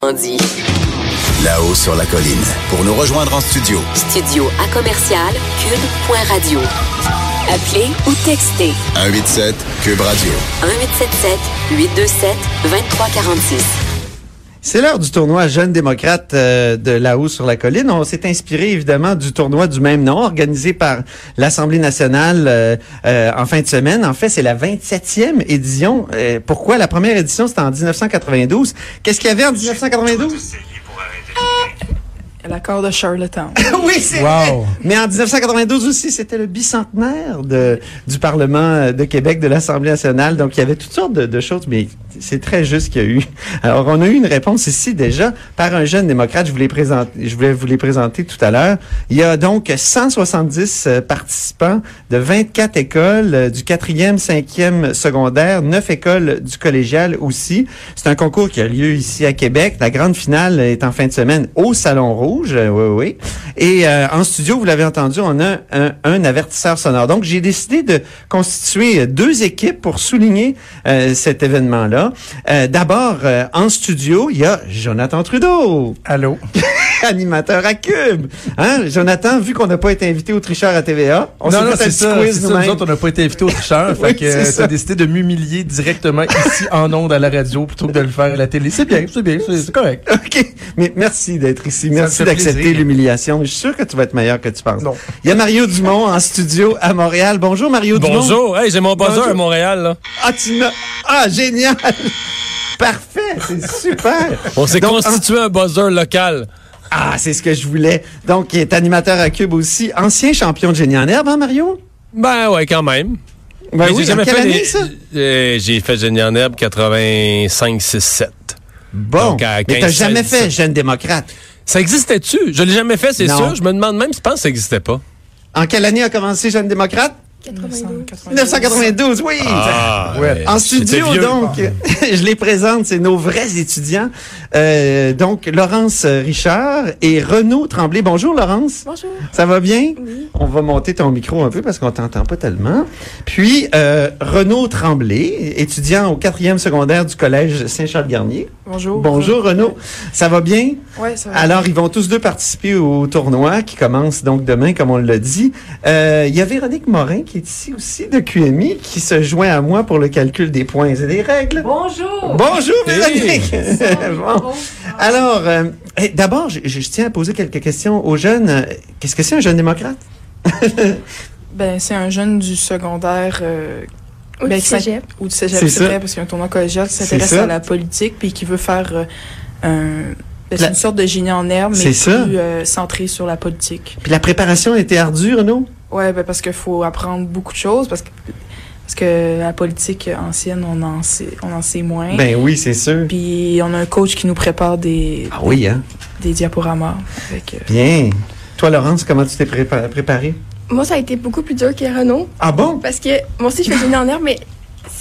autrement dit. Là-haut sur la colline. Pour nous rejoindre en studio. Studio à commercial cube.radio. Appelez ou textez 187 Cube Radio. 1877 827 2346. C'est l'heure du tournoi Jeunes démocrates euh, de là-haut sur la colline. On s'est inspiré évidemment du tournoi du même nom organisé par l'Assemblée nationale euh, euh, en fin de semaine. En fait, c'est la 27e édition. Euh, pourquoi la première édition c'était en 1992 Qu'est-ce qu'il y avait en 1992 L'accord de Charlottetown. Oui, c'est vrai. Mais en 1992 aussi, c'était le bicentenaire de, du Parlement euh, de Québec, de l'Assemblée nationale. Donc, il y avait toutes sortes de, de choses, mais c'est très juste qu'il y a eu. Alors, on a eu une réponse ici déjà par un jeune démocrate. Je, vous l'ai présenté, je voulais vous les présenter tout à l'heure. Il y a donc 170 euh, participants de 24 écoles euh, du 4e, 5e secondaire, 9 écoles du collégial aussi. C'est un concours qui a lieu ici à Québec. La grande finale est en fin de semaine au Salon Rouge. Euh, Oui, oui. Et euh, en studio, vous l'avez entendu, on a un, un avertisseur sonore. Donc, j'ai décidé de constituer euh, deux équipes pour souligner euh, cet événement-là. Euh, D'abord, euh, en studio, il y a Jonathan Trudeau. Allô? animateur à Cube. Hein, Jonathan, vu qu'on n'a pas été invité au tricheur à TVA, on s'est fait un c'est petit ça, c'est quiz ça. nous-mêmes. Nous autres, on n'a pas été invités au tricheur. Oui, fait que euh, c'est ça. t'as décidé de m'humilier directement ici en ondes à la radio plutôt que de le faire à la télé. C'est bien, c'est bien, c'est c'est correct. OK. Mais merci d'être ici. me Merci fait d'accepter plaisir. l'humiliation. Je suis sûr que tu vas être meilleur que tu penses. Non. Il y a Mario Dumont en studio à Montréal. Bonjour, Mario Dumont. Bonjour, hey, j'ai mon buzzer Bonjour. à Montréal. Là. Ah, tu m'as- Ah, génial. Parfait. C'est super. On s'est Donc, en- constitué un buzzer local. Ah, c'est ce que je voulais. Donc, qui est animateur à Cube aussi. Ancien champion de génie en herbe, hein, Mario? Ben ouais, quand même. Ben Mais oui, en quelle fait année, des- ça? Euh, J'ai fait Génie en herbe 85, 6, 7. Bon, Donc, à mais t'as 15, jamais fait 16. jeune démocrate. Ça existait-tu? Je l'ai jamais fait, c'est Non. sûr. Je me demande même, je pense que ça n'existait pas. En quelle année a commencé jeune démocrate? Ah. 1992, oui. ouais. Ah, En Euh, j'étais studio, vieux. donc, je les présente, c'est nos vrais étudiants. Euh, donc, Laurence Richard et Renaud Tremblay. Bonjour, Laurence. Bonjour. Ça va bien? On va monter ton micro un peu parce qu'on t'entend pas tellement. Puis, euh, Renaud Tremblay, étudiant au quatrième secondaire du collège Saint-Charles-Garnier. Bonjour. Bonjour, Renaud. Ça va bien? Ouais, ça va. Alors, ils vont tous deux participer au tournoi qui commence donc demain, comme on l'a dit. Euh, Il y a Véronique Morin qui est ici aussi de QMI qui se joint à moi pour le calcul des points et des règles. Bonjour! Bonjour Véronique. Bon. Bonjour. Alors, euh, eh, d'abord, je, je- je tiens à poser quelques questions aux jeunes. Euh, Qu'est-ce que c'est un jeune démocrate Ben, c'est un jeune du secondaire. euh, Ou ben, du qui s'in- cégep. Ou du cégep, C'est c'est ça. vrai, parce qu'il y a un tournoi collégial qui C'est s'intéresse ça. à la politique puis qui veut faire euh, un. ben, c'est La- une sorte de génie en herbe, mais C'est plus ça. euh, centré sur la politique. Puis la préparation a été ardue, Renaud. Ouais, ben, parce qu'il faut apprendre beaucoup de choses, parce que, parce que la politique ancienne, on en sait, on en sait moins. Ben oui, c'est sûr. Puis on a un coach qui nous prépare des, Ah oui, hein. des diaporamas. Fait que- Bien. Toi, Laurence, comment tu t'es prépa- préparée Moi, ça a été beaucoup plus dur que Renault. Ah bon Parce que moi aussi, je fais génie en herbe, mais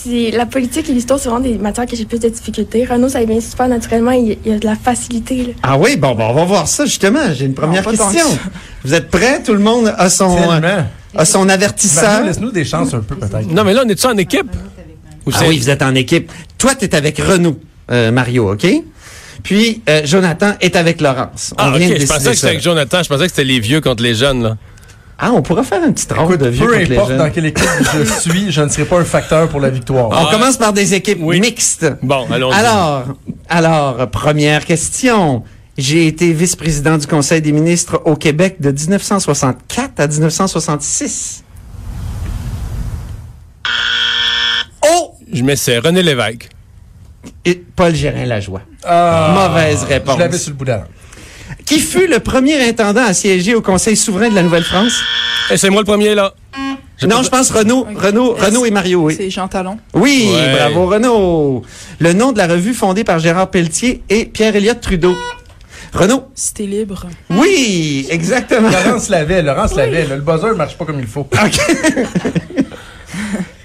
c'est la politique et l'histoire, c'est vraiment des matières que j'ai plus de difficultés. Renault, ça vient super naturellement. Il y a- il y a de la facilité. là. Ah oui, bon, bon, on va voir ça justement. J'ai une première pas tant que question. ça. Vous êtes prêts? Tout le monde a son, euh, Tellement. a son avertisseur. Ben, Mario, laisse-nous des chances un peu, peut-être. Non, mais là, on est-tu en équipe? Ou Ah c'est- oui, vous êtes en équipe. Toi, tu es avec Renaud, euh, Mario, OK? Puis, euh, Jonathan est avec Laurence. On Ah, ok, vient de je décider pensais ça. que c'était avec Jonathan. Je pensais que c'était les vieux contre les jeunes. Là. Ah, on pourra faire un petit ronde de vieux Peu contre les importe jeunes. dans quelle équipe je suis, je ne serai pas un facteur pour la victoire. On commence par des équipes Oui. mixtes. Bon, allons-y. Alors, alors, première question. J'ai été vice-président du Conseil des ministres au Québec de 1964 à 1966. Oh! Je mets c'est René Lévesque. Et Paul Gérin-Lajoie. Ah, Mauvaise Je l'avais réponse. sur le bout de la langue. Qui fut le premier intendant à siéger au Conseil souverain de la Nouvelle-France? Et Eh, c'est moi le premier, là. J'ai Non, pas- je pense Renaud, Renaud, Est-ce- Renaud et Mario, oui. C'est Jean Talon. Oui, Ouais. bravo Renaud. Le nom de la revue fondée par Gérard Pelletier et Pierre-Éliott Trudeau. Renaud. C'était libre. Oui, exactement. Laurence l'avait, Laurence l'avait. là. Le buzzer marche pas comme il faut.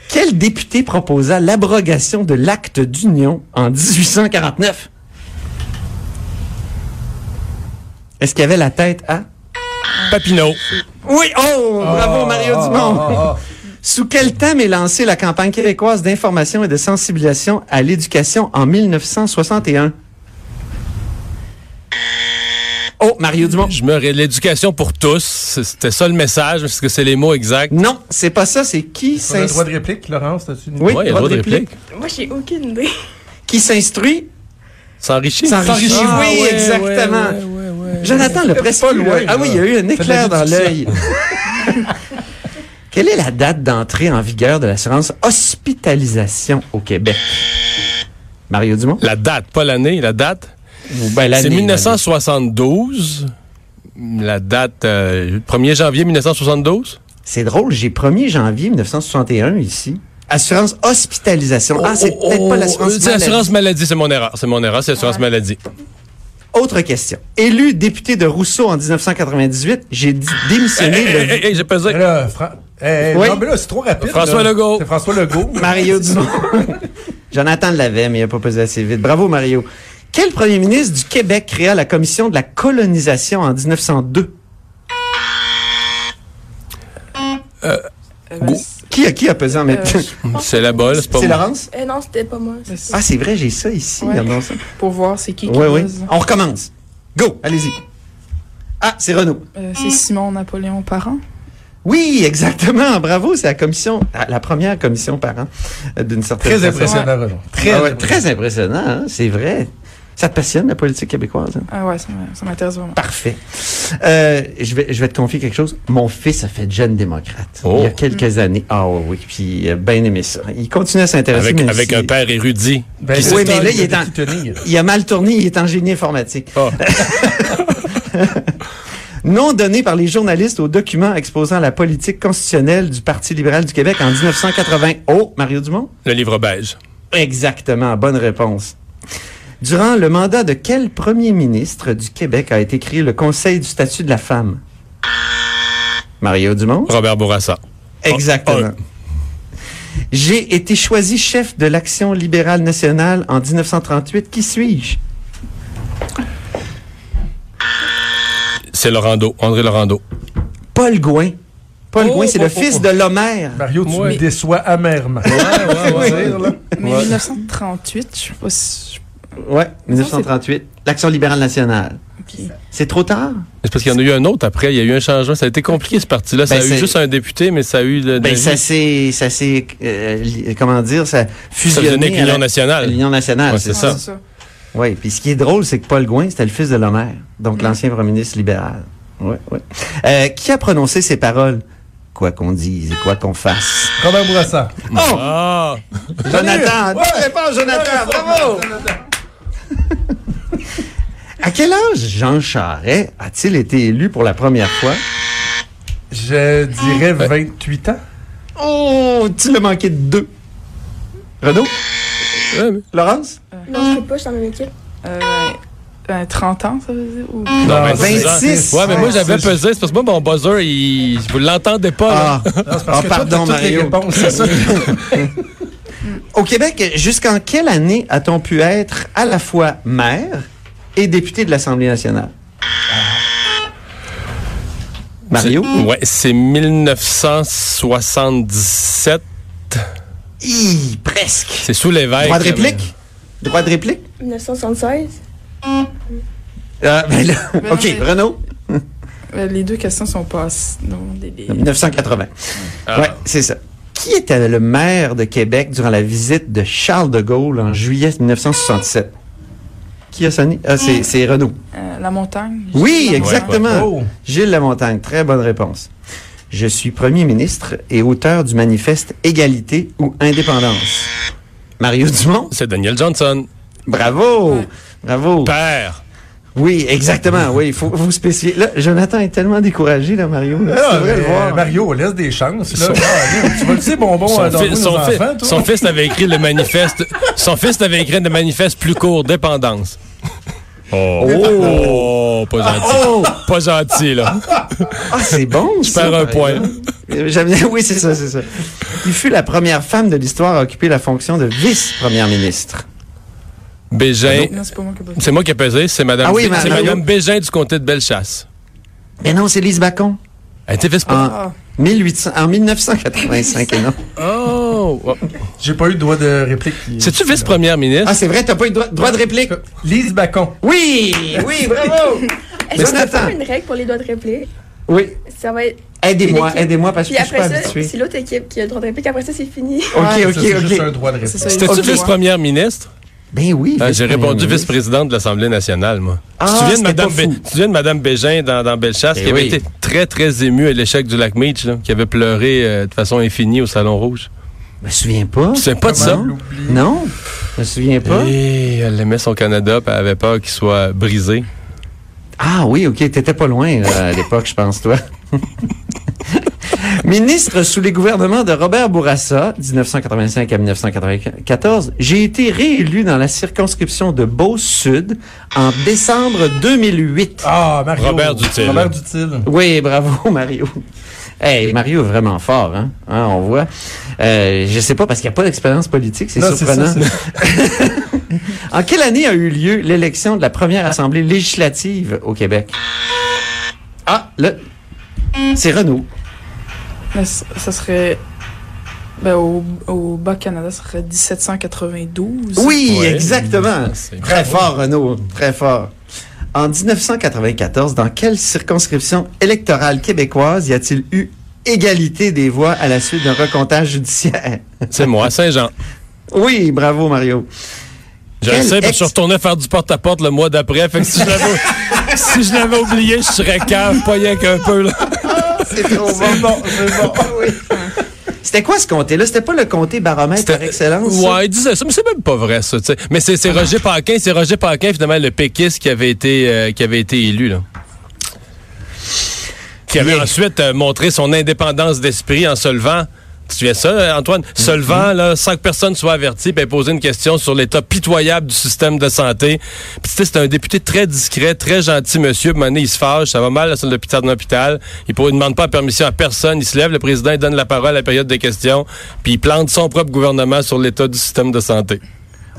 Quel député proposa l'abrogation de l'acte d'union en 1849? Est-ce qu'il y avait la tête à... Papineau. Oui, oh, bravo Mario Ah, Dumont. ah, ah, ah. Sous quel thème est lancée la campagne québécoise d'information et de sensibilisation à l'éducation en 1961? Oh, Mario Dumont. Je me ré- l'éducation pour tous, c'est- c'était ça le message, parce que c'est les mots exacts. Non, c'est pas ça, c'est qui Sur le s'instruit. droit de réplique, Laurence, t'as-tu une Oui, Ouais, il y a droit le droit de de réplique. Moi, j'ai aucune idée. Qui s'instruit S'enrichir. s'enrichit. Ah, oui, ouais, exactement. ouais, ouais, ouais, ouais. Jonathan le presque. Euh, pas loin, Ah oui, il y a eu un Faites éclair de la dans l'œil. déduction. Quelle est la date d'entrée en vigueur de l'assurance hospitalisation au Québec? Mario Dumont? La date, pas l'année, la date. Ou ben, l'année, C'est l'année. 1972. La date, euh, 1er janvier 1972. C'est drôle, j'ai 1er janvier 1961 ici. Assurance hospitalisation. ah, c'est Oh, peut-être oh, pas l'assurance C'est maladie. Ah. l'assurance maladie, c'est mon erreur. C'est mon erreur, c'est l'assurance maladie. Autre question. Élu député de Rousseau en 1998, j'ai dit- démissionné Hé, le... hé, hé, Eh, j'ai pas dit. Mais là, Fran- eh, Oui. Non, mais là, c'est trop rapide. François là. Legault. C'est François Legault. Mario Dumont. Jonathan l'avait, mais il n'a pas posé assez vite. Bravo, Mario. Quel premier ministre du Québec créa la commission de la colonisation en 1902? Euh, Qui a, qui a pesé en même temps? Euh, C'est la bolle, c'est pas C'est moi. Laurence? Euh, non, c'était pas moi. c'est ça. Ah, c'est vrai, j'ai ça ici. Ouais. regardons ça. Pour voir c'est qui qui Oui, oui. pose. On recommence. Go, allez-y. Ah, c'est Renaud. Euh, c'est Simon Napoléon Parent. Oui, exactement. Bravo, c'est la commission, la la première commission par an euh, d'une certaine Très façon. impressionnant, Renaud. Très, Ah ouais, très impressionnant, hein, c'est vrai. Ça te passionne, la politique québécoise? hein? Ah ouais, ça m- ça m'intéresse vraiment. Parfait. Euh, je, vais, je vais te confier quelque chose. Mon fils a fait jeune démocrate Oh. il y a quelques années. Ah oui, oui, puis il a bien aimé ça. Il continue à s'intéresser. Avec, même avec si- un père érudit. Ben, Qui c'est oui, ça, mais là, il est a en- des petites lignes. Il a mal tourné, il est en génie informatique. Ah. Nom donné par les journalistes au document exposant la politique constitutionnelle du Parti libéral du Québec en 1980. Oh, Mario Dumont? Le livre beige. Exactement, bonne réponse. Durant le mandat de quel premier ministre du Québec a été créé le Conseil du statut de la femme? Mario Dumont? Robert Bourassa. Exactement. J'ai été choisi chef de l'Action libérale nationale en 1938. Qui suis-je? C'est Laurando, André Laurando. Paul Gouin. Paul Oh, Gouin, c'est oh, le oh, fils oh. de l'Homère. Mario, tu Ouais. me déçois amèrement. Ah Ah, ouais, ouais. Dire, là. Mais Ouais. 1938, je sais pas si. Ouais, 1938. L'Action libérale nationale. Ok. C'est trop tard? C'est parce qu'il y en a eu un autre après. Il y a eu un changement. Ça a été compliqué, ce parti-là. Ça Ben, a eu c'est- juste un député, mais ça a eu. le- Ben, de- ça s'est, ça s'est, euh, li- comment dire, ça ça fusionné. donnait avec à la- l'Union nationale. L'Union nationale, Ouais, c'est c'est ça. ça. Oui, puis ce qui est drôle, c'est que Paul Gouin, c'était le fils de Lomère, donc Mm. l'ancien premier ministre libéral. Ouais, ouais. Euh, qui a prononcé ces paroles? Quoi qu'on dise et quoi qu'on fasse. Robert Bourassa. Oh! Ah! Jonathan! bonne réponse, Jonathan! Bravo! À quel âge Jean Charest a-t-il été élu pour la première fois? Je dirais 28 ans. Oh! Tu l'as manqué de deux. Renaud? Ouais, mais- Laurence? Non, je sais pas, je suis dans la même équipe. Euh, euh, 30 ans, ça veut dire? ou- Non, Non, 26 ans. 26. Ouais, mais moi, Ouais, j'avais c'est- pesé. C'est parce que moi, mon buzzer, il... vous l'entendez pas. là. Ah, Ah, que toi, t'as pardon, toutes les Mario. réponses, c'est ça. Au Québec, jusqu'en quelle année a-t-on pu être à la fois maire et député de l'Assemblée nationale? Euh, Mario? C'est- Ouais, c'est 1977. Hi, presque. C'est sous l'évêque. Droit de réplique? Droit de réplique? 1976. Ah, ben là, Ben non, OK, mais- Renaud, Euh, Les deux questions sont pas. Non, les- les- 1980. Ah. Ouais, c'est ça. Qui était le maire de Québec durant la visite de Charles de Gaulle en juillet 1967? Qui a sonné? Ah, c'est, c'est Renaud. euh, la montagne. Oui, La montagne. exactement. Oh. Gilles Lamontagne, très bonne réponse. Je suis premier ministre et auteur du manifeste Égalité ou Indépendance. Mario Dumont, C'est Daniel Johnson. bravo! Ouais. Bravo! Père. Oui, exactement. Oui, il faut vous spécifier. Là, Jonathan est tellement découragé, là, Mario. là, tu Ah, devrais le mais, voir. Mario, laisse des chances. Là. Son- Ah, tu vas le sais, bonbon, Son, euh, dans fi- nos son, fi- enfants, toi. son fils avait écrit le manifeste. Son fils avait écrit le manifeste plus court, dépendance. Oh, Oh, pas gentil. Oh! Pas gentil, là. Ah, c'est bon. Je perds un point. J'aime bien. Oui, c'est ça, c'est ça. Il fut la première femme de l'histoire à occuper la fonction de vice-première ministre. Bégin. Non, c'est pas moi qui ai posé. C'est moi qui ai pesé, c'est Madame, Ah oui, c'est Madame. Madame Bégin du comté de Bellechasse. Mais non, c'est Lise Bacon. Elle était vice En, Ah. 1800, en 1985, et non. Oh! oh. J'ai pas eu de doigt de réplique. C'est-tu Ah, vice-première ministre? Ah, c'est vrai, t'as pas eu le droit, droit de réplique? Lise Bacon. Oui! Oui, bravo! Est-ce qu'on peut Jonathan. faire une règle pour les doigts de réplique? Oui, Ça va être. aidez-moi, L'équipe. aidez-moi parce que Puis je suis après pas ça, habitué. c'est l'autre équipe qui a le droit de réplique. Après ça, c'est fini. OK, Ça, c'est OK, juste un OK. droit de réponse. C'est ça, C'était-tu ok, ouais. vice-première ministre? Ben oui. Ah, J'ai répondu vice-présidente de l'Assemblée nationale, moi. Ah, Tu te souviens de Madame Bé- tu te souviens de Madame Bégin dans, dans Bellechasse, Eh qui avait oui. été très, très émue à l'échec du lac Meach, là, qui avait pleuré euh, de façon infinie au Salon Rouge. Je me souviens pas. Tu te souviens pas de ça? Comment l'oublier? Euh. Non, je me souviens pas. Et elle aimait son Canada, puis elle avait peur qu'il soit brisé. Ah oui, OK, t'étais pas loin là, à l'époque, je pense, toi. Ministre sous les gouvernements de Robert Bourassa, 1985 à 1994, j'ai été réélu dans la circonscription de Beau-Sud en décembre 2008. Ah, Mario. Robert Dutil. Robert Dutil. Oui, bravo, Mario. Hey, Mario est vraiment fort, hein? Hein, on voit. Euh, je sais pas, parce qu'il n'y a pas d'expérience politique, c'est Non, c'est surprenant. ça, en quelle année a eu lieu l'élection de la première Assemblée législative au Québec? Ah, là, c'est Renault. Mais c- ça serait. Ben, au, au Bas-Canada, ça serait 1792. Oui, Ouais. exactement. C'est- Très fort, Renaud, très fort. En 1994, dans quelle circonscription électorale québécoise y a-t-il eu égalité des voix à la suite d'un recomptage judiciaire? C'est moi, Saint-Jean. Oui, bravo, Mario. Je Quel le sais, parce que ex- je suis retourné faire du porte-à-porte le mois d'après. Fait que si je l'avais, si je l'avais oublié, je serais cave, pas rien qu'un peu. Là. C'est trop C'est bon, c'est bon. Oui. C'était quoi ce comté-là? C'était pas le comté baromètre par excellence? ça? Ouais, il disait ça, mais c'est même pas vrai, ça. tu sais. Mais c'est c'est Roger Paquin, c'est Roger Paquin, finalement, le péquiste qui avait été, euh, qui avait été élu. Là. Qui avait Bien. ensuite euh, montré son indépendance d'esprit en se levant. Tu te souviens ça, euh, Antoine? Se levant, là, sans que personne soit averti, puis ben, poser une question sur l'état pitoyable du système de santé. Puis tu sais, c'est un député très discret, très gentil monsieur. Puis, à un moment donné, il se fâche, ça va mal à son hôpital d'un hôpital. Il ne demande pas la permission à personne. Il se lève, le président il donne la parole à la période des questions, puis il plante son propre gouvernement sur l'état du système de santé.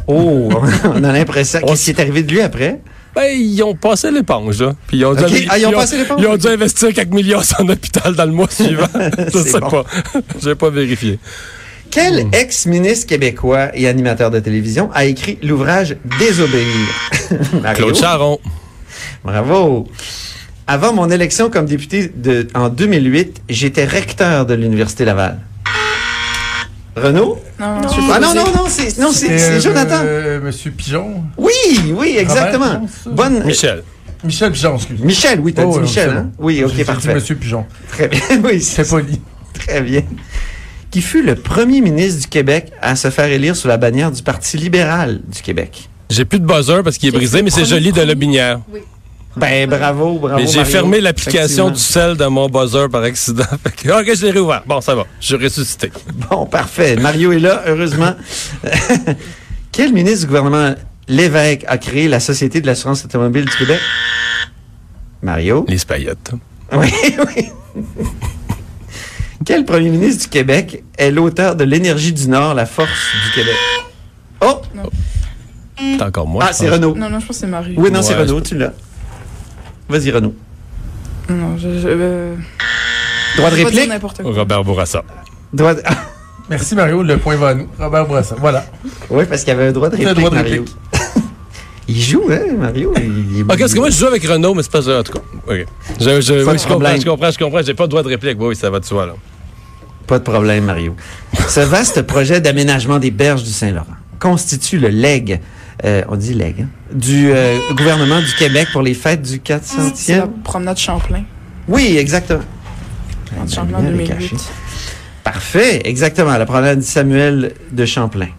Oh, on a l'impression. On Qu'est-ce qui est arrivé de lui après? Ben, ils ont passé l'éponge, là. Puis ils ont, dû- Ok. Ah, ils ont passé l'éponge. ils ont dû investir quelques millions sur un hôpital dans le mois suivant. Je C'est sais bon. pas. J'ai pas vérifié. Quel Hmm. ex-ministre québécois et animateur de télévision a écrit l'ouvrage Désobéir? Mario? Claude Charon. Bravo. Avant mon élection comme député de, en 2008, j'étais recteur de l'Université Laval. Renaud? Non, Non. je sais pas Ah non, dire. non, non, c'est non, c'est- Et, c'est euh, Jonathan. euh, Monsieur Pigeon. Oui, oui, exactement. Pigeon, ça. Bonne. Michel. Michel Pigeon, excuse. Michel, oui, t'as Oh, dit ouais, Michel, c'est bon. hein? Oui, J'ai ok, dit parfait. Monsieur Pigeon. Très bien. Oui, C'est c'est poli. très bien. Qui fut le premier ministre du Québec à se faire élire sous la bannière du Parti libéral du Québec? J'ai plus de buzzer parce qu'il est J'ai brisé, fait mais c'est premier, joli de premier. Lobinière. Ben, bravo, bravo. Mais j'ai Mario. fermé l'application Effectivement. du sel dans mon buzzer par accident. Fait que, ok, je l'ai réouvert. Bon, ça va. Je suis ressuscité. Bon, parfait. Mario est là, heureusement. Quel ministre du gouvernement Lévesque a créé la Société de l'assurance automobile du Québec? Mario? Les spayettes. Oui, oui. Quel premier ministre du Québec est l'auteur de L'énergie du Nord, la force du Québec? Oh! C'est encore moi. ah, je c'est pense. Renaud. Non, non, je pense que c'est Marie. Oui, non, c'est Ouais, Renaud, tu l'as. Vas-y, Renaud. Non, non, je. je euh, Droit de je vais pas dire réplique? n'importe quoi. Robert Bourassa. Droit de- Ah, Merci Mario, le point va à nous. Robert Bourassa. Voilà. oui, parce qu'il y avait un droit de Le réplique, droit de Mario. réplique. Il joue, hein, Mario? Il, il- Ok, parce Ah, que moi, je joue avec Renaud, mais c'est pas ça. En tout cas, ok. Je, je- Pas oui, de problème. je comprends, je comprends, je comprends. J'ai pas de droit de réplique. Oui, oui, ça va de soi, là. Pas de problème, Mario. Ce vaste projet d'aménagement des berges du Saint-Laurent constitue le leg, euh, on dit leg, hein, du euh, gouvernement du Québec pour les fêtes du C'est la 400e. promenade Champlain. Oui, exactement. Promenade ben, Champlain bien, elle est 2008. cachée. Parfait, exactement. La promenade Samuel de Champlain.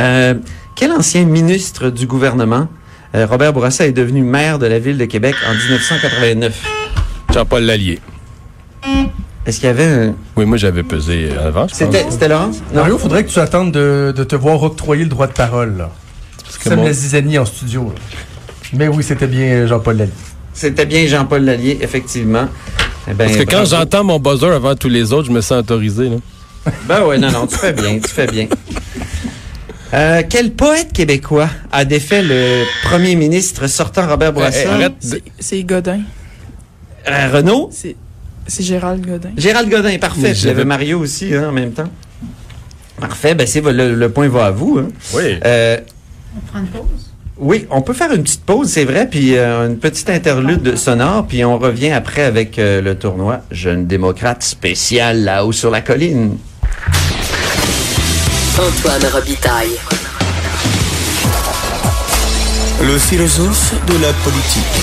Euh, quel ancien ministre du gouvernement, euh, Robert Bourassa, est devenu maire de la ville de Québec en 1989? Jean-Paul Lallier. Est-ce qu'il y avait un... Oui, moi, j'avais pesé euh, avant. je C'était, pense. c'était Laurence? Mario, faudrait que tu attendes de, de te voir octroyer le droit de parole. Là. que Comme mon- la zizanie en studio. là. Mais oui, c'était bien euh, Jean-Paul Lally. C'était bien Jean-Paul Lallier, effectivement. Eh ben, Parce que quand bravo. j'entends mon buzzer avant tous les autres, je me sens autorisé. Là. Ben ouais, non, non, tu fais bien, tu fais bien. Euh, quel poète québécois a défait le premier ministre sortant Robert Bourassa? Hey, hey, Eh, arrête. de- C'est- C'est Godin. Euh, Renaud? C'est c'est Gérald Godin. Gérald Godin, parfait. Mais Je l'avais j'avais- Mario aussi hein, en même temps. Parfait, ben c'est le, le point va à vous. hein. Oui. Euh, On prend une pause. Oui, on peut faire une petite pause, c'est vrai, puis euh, une petite interlude sonore, puis on revient après avec euh, le tournoi Jeunes démocrates spécial là-haut sur la colline. Antoine Robitaille. Le philosophe de la politique.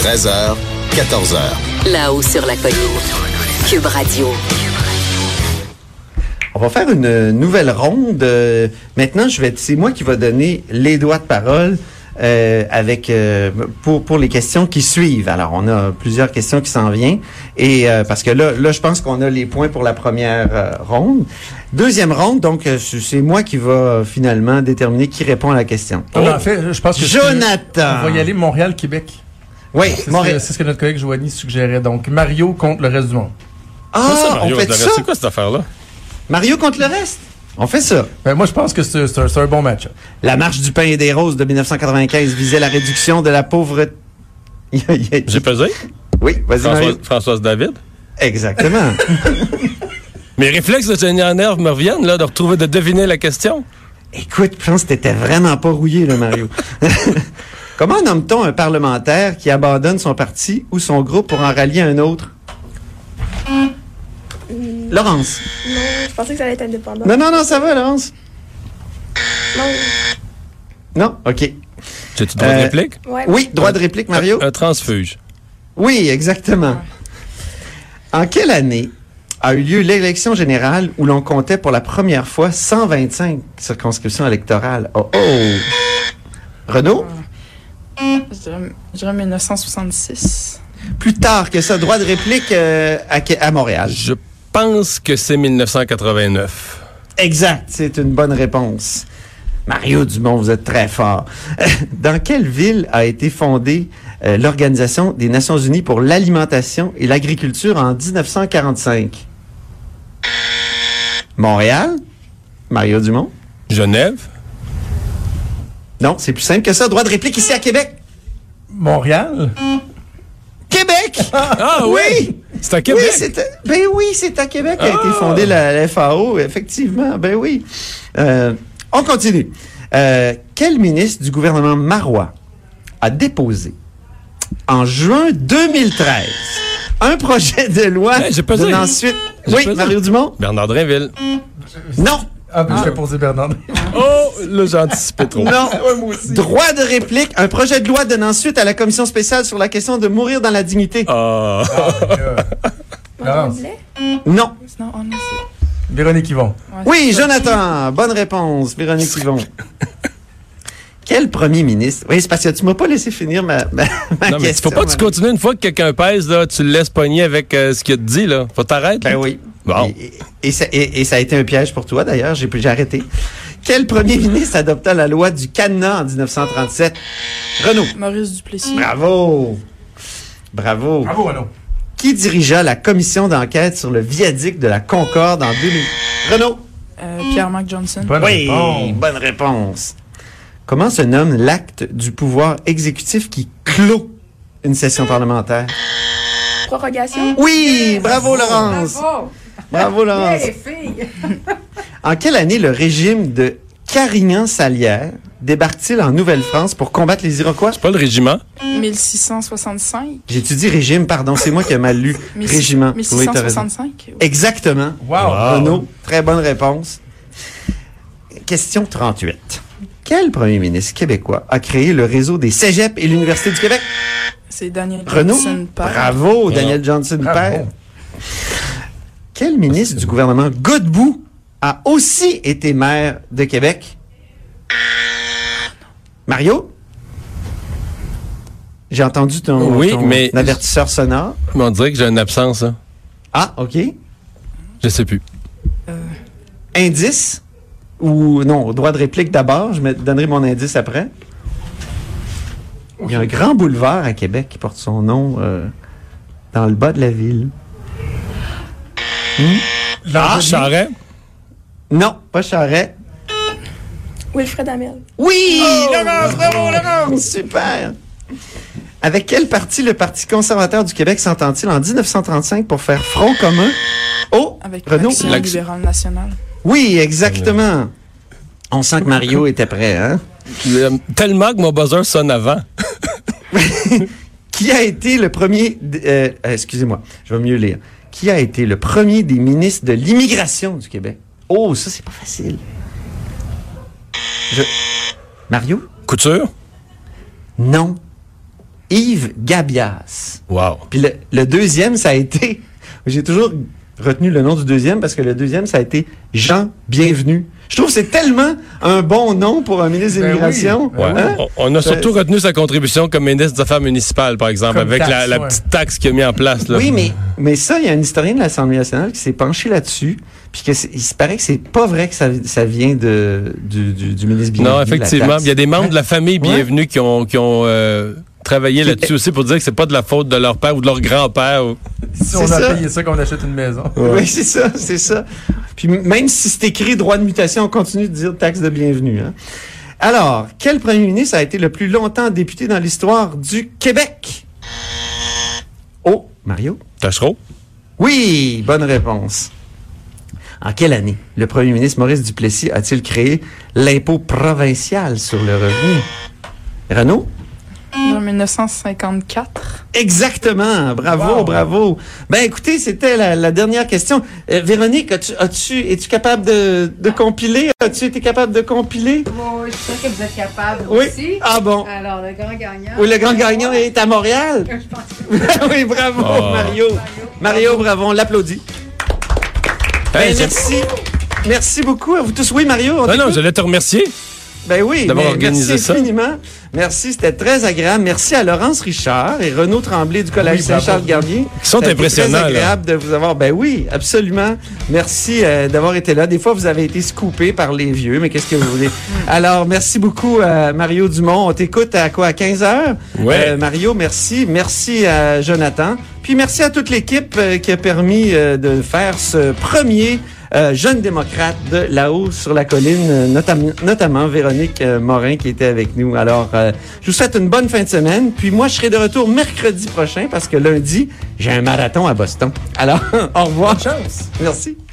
13h, 14h. Là-haut sur la colline. Cube Radio. On va faire une euh, nouvelle ronde. Euh, maintenant, je vais, c'est moi qui va donner les doigts de parole euh, avec euh, pour pour les questions qui suivent. Alors, on a plusieurs questions qui s'en viennent et euh, parce que là, là, je pense qu'on a les points pour la première euh, ronde. Deuxième ronde, donc euh, c'est c'est moi qui va euh, finalement déterminer qui répond à la question. Ah Non, mais en fait, je pense que Oh! Jonathan. on va y aller Montréal-Québec. Oui, C'est ce que- Oh, Montréal. c'est ce, que notre collègue Joanie suggérait. Donc, Mario contre le reste du monde. Ah, ça, Mario, on fait de la- ça. C'est quoi cette affaire-là? Mario contre le reste. On fait ça. Ben, moi, je pense que c'est c'est un, c'est un bon match. La marche du pain et des roses de 1995 visait la réduction de la pauvreté. Il a- il a- J'ai pesé? Oui, vas-y. Mario. Françoise, Françoise David? Exactement. Mes réflexes de génie nerve me reviennent, là, de retrouver, de deviner la question. Écoute, je pense que t'étais vraiment pas rouillé, là, Mario. Comment nomme-t-on un parlementaire qui abandonne son parti ou son groupe pour en rallier un autre? Laurence. Je pensais que ça allait être indépendant. Non, non, non, ça va, Laurence. Non. Non? OK. J'ai-tu droit de Euh, réplique? Ouais. Oui, droit de réplique, Mario. Un, un transfuge. Oui, exactement. En quelle année a eu lieu l'élection générale où l'on comptait pour la première fois 125 circonscriptions électorales? Oh, oh! Renaud? Je dirais, je dirais 1966. Plus tard que ça, droit de réplique euh, à, Que- à Montréal. Je pense que c'est 1989. Exact, c'est une bonne réponse. Mario Dumont, vous êtes très fort. Dans quelle ville a été fondée euh, l'Organisation des Nations Unies pour l'alimentation et l'agriculture en 1945? Montréal? Mario Dumont? Genève? Non, c'est plus simple que ça. Droit de réplique ici à Québec. Montréal? Québec! Ah oui! C'est à Québec? Ah. Oui, c'est à- ben oui, c'est à Québec qu'a été fondée la, la FAO, effectivement. Ben oui. Euh, on continue. Euh, quel ministre du gouvernement marois a déposé en juin 2013 un projet de loi Hey, Ben, j'ai pas dit. donnant suite... J'ai Oui, pas dit. Mario Dumont? Bernard Drinville. Mm. Non! Ah, ben, je t'ai posé Bernard. Oh, là, j'ai anticipé trop. Non. Ah, Ouais, moi aussi. Droit de réplique, un projet de loi donnant suite à la commission spéciale sur la question de mourir dans la dignité. Ah. Euh, Laurence. Ah. Non. Non, on est- Véronique Yvon. ouais, Oui, c'est ça. Jonathan, bonne réponse, Véronique Yvon. Quel premier ministre? Oui, c'est parce que tu m'as pas laissé finir ma, ma, ma Non, mais il question. faut pas que tu continues une fois que quelqu'un pèse, là, tu le laisses pogner avec euh, ce qu'il te dit, là. Faut t'arrêter. Ben oui. Bon. Et, et- et ça, et- et ça a été un piège pour toi, d'ailleurs. J'ai j'ai arrêté. Quel premier ministre adopta la loi du cadenas en 1937? Renaud. Maurice Duplessis. Bravo. Bravo. Bravo, Renaud. Qui dirigea la commission d'enquête sur le viaduc de la Concorde en 2000? Renaud. Euh, Pierre-Marc Johnson. Bonne oui, réponse. bonne réponse. Comment se nomme l'acte du pouvoir exécutif qui clôt une session parlementaire? Prorogation. Oui, bravo Laurence. Bravo! Bravo Laurence. Les filles! En quelle année le régime de Carignan-Salière débarque-t-il en Nouvelle-France pour combattre les Iroquois? Pas le régiment. 1665. J'ai-tu dit régime, pardon, c'est moi qui ai mal lu. Régiment. Oui, t'as raison. 1665. Exactement. Wow. Wow. Renaud, très bonne réponse. Question 38. Quel premier ministre québécois a créé le réseau des cégeps et l'Université du Québec? C'est Daniel Renaud, Johnson. père. bravo, Daniel Johnson, Bravo. père. Quel ministre du gouvernement Godbout a aussi été maire de Québec? Mario? J'ai entendu ton, Oui, ton mais- avertisseur sonore. Mais on dirait que j'ai une absence, là. Ah, OK. Je sais plus. Indice? Ou non, droit de réplique d'abord, je me donnerai mon indice après. Il y a un grand boulevard à Québec qui porte son nom euh, dans le bas de la ville. Ah, L'enjeu- Charret? Non, pas Charret. Wilfred Amel. Oui! Laurence, bravo, Laurence! Oh! Super! Avec quel parti le Parti conservateur du Québec s'entend-il en 1935 pour faire front commun au Avec Renault? l'Action L'action- libérale nationale. Oui, exactement. On sent que Mario était prêt, hein? Euh, Tellement que mon buzzer sonne avant. Qui a été le premier... d- euh, euh, Excusez-moi, je vais mieux lire. Qui a été le premier des ministres de l'immigration du Québec? Oh, ça, c'est pas facile. Je... Mario? Couture? Non. Yves Gabias. Wow. Puis le, le deuxième, ça a été... J'ai toujours retenu le nom du deuxième parce que le deuxième, ça a été Jean Bienvenu. Je trouve que c'est tellement un bon nom pour un ministre de Ben oui. l'immigration. Ben hein? On- On a surtout retenu sa contribution comme ministre des Affaires municipales, par exemple, Comme avec la, taxe, la ouais. petite taxe qu'il a mis en place. Là. Oui, mais, mais ça, il y a un historien de l'Assemblée nationale qui s'est penché là-dessus, puis que c'est- il se paraît que c'est pas vrai que ça, ça vient de, du, du, du ministre Bienvenu. Non, la effectivement. taxe. Il y a des membres de la famille Ouais. bienvenue qui ont, qui ont euh, travaillé là-dessus aussi pour dire que c'est pas de la faute de leur père ou de leur grand-père. ou- Si on C'est ça. a payé ça, qu'on achète une maison. Oui, c'est ça, c'est ça. Puis m- même si c'est écrit droit de mutation, on continue de dire taxe de bienvenue. hein. Alors, quel premier ministre a été le plus longtemps député dans l'histoire du Québec? Oh, Mario? Tachereau? Oui, bonne réponse. En quelle année le premier ministre Maurice Duplessis a-t-il créé l'impôt provincial sur le revenu? Renaud? En 1954. Exactement. Bravo, Wow. bravo. Ben écoutez, c'était la, la dernière question. Euh, Véronique, as-tu, as-tu- es-tu capable de, de compiler? As-tu été capable de compiler? Moi, je suis sûre que vous êtes capable Oui. aussi. Euh, Ah bon. Alors, le grand gagnant. Oui, le grand gagnant est à Montréal. Je pense que oui, bravo, Ah. Mario. Mario, bravo, on l'applaudit. Hey, Ben, j'aime- merci. Merci beaucoup à vous tous. Oui, Mario, on non, non, t'écoute? j'allais te remercier. Ben oui, d'avoir mais organisé merci ça. infiniment. Merci, c'était très agréable. Merci à Laurence Richard et Renaud Tremblay du Collège Oui, bravo. Saint-Charles-Garnier. Ils sont Ça a été impressionnants, Très là. agréable de vous avoir. Ben oui, absolument. Merci euh, d'avoir été là. Des fois, vous avez été scoopés par les vieux, mais qu'est-ce que vous voulez? Alors, merci beaucoup à Mario Dumont. On t'écoute à quoi? À 15 heures? Euh, Ouais. Mario, merci. Merci à Jonathan. Puis merci à toute l'équipe euh, qui a permis euh, de faire ce premier euh, jeune démocrate de là-haut sur la colline, euh, notam- notamment Véronique euh, Morin qui était avec nous. Alors, euh, je vous souhaite une bonne fin de semaine. Puis moi, je serai de retour mercredi prochain parce que lundi, j'ai un marathon à Boston. Alors, au revoir. Chance! Merci.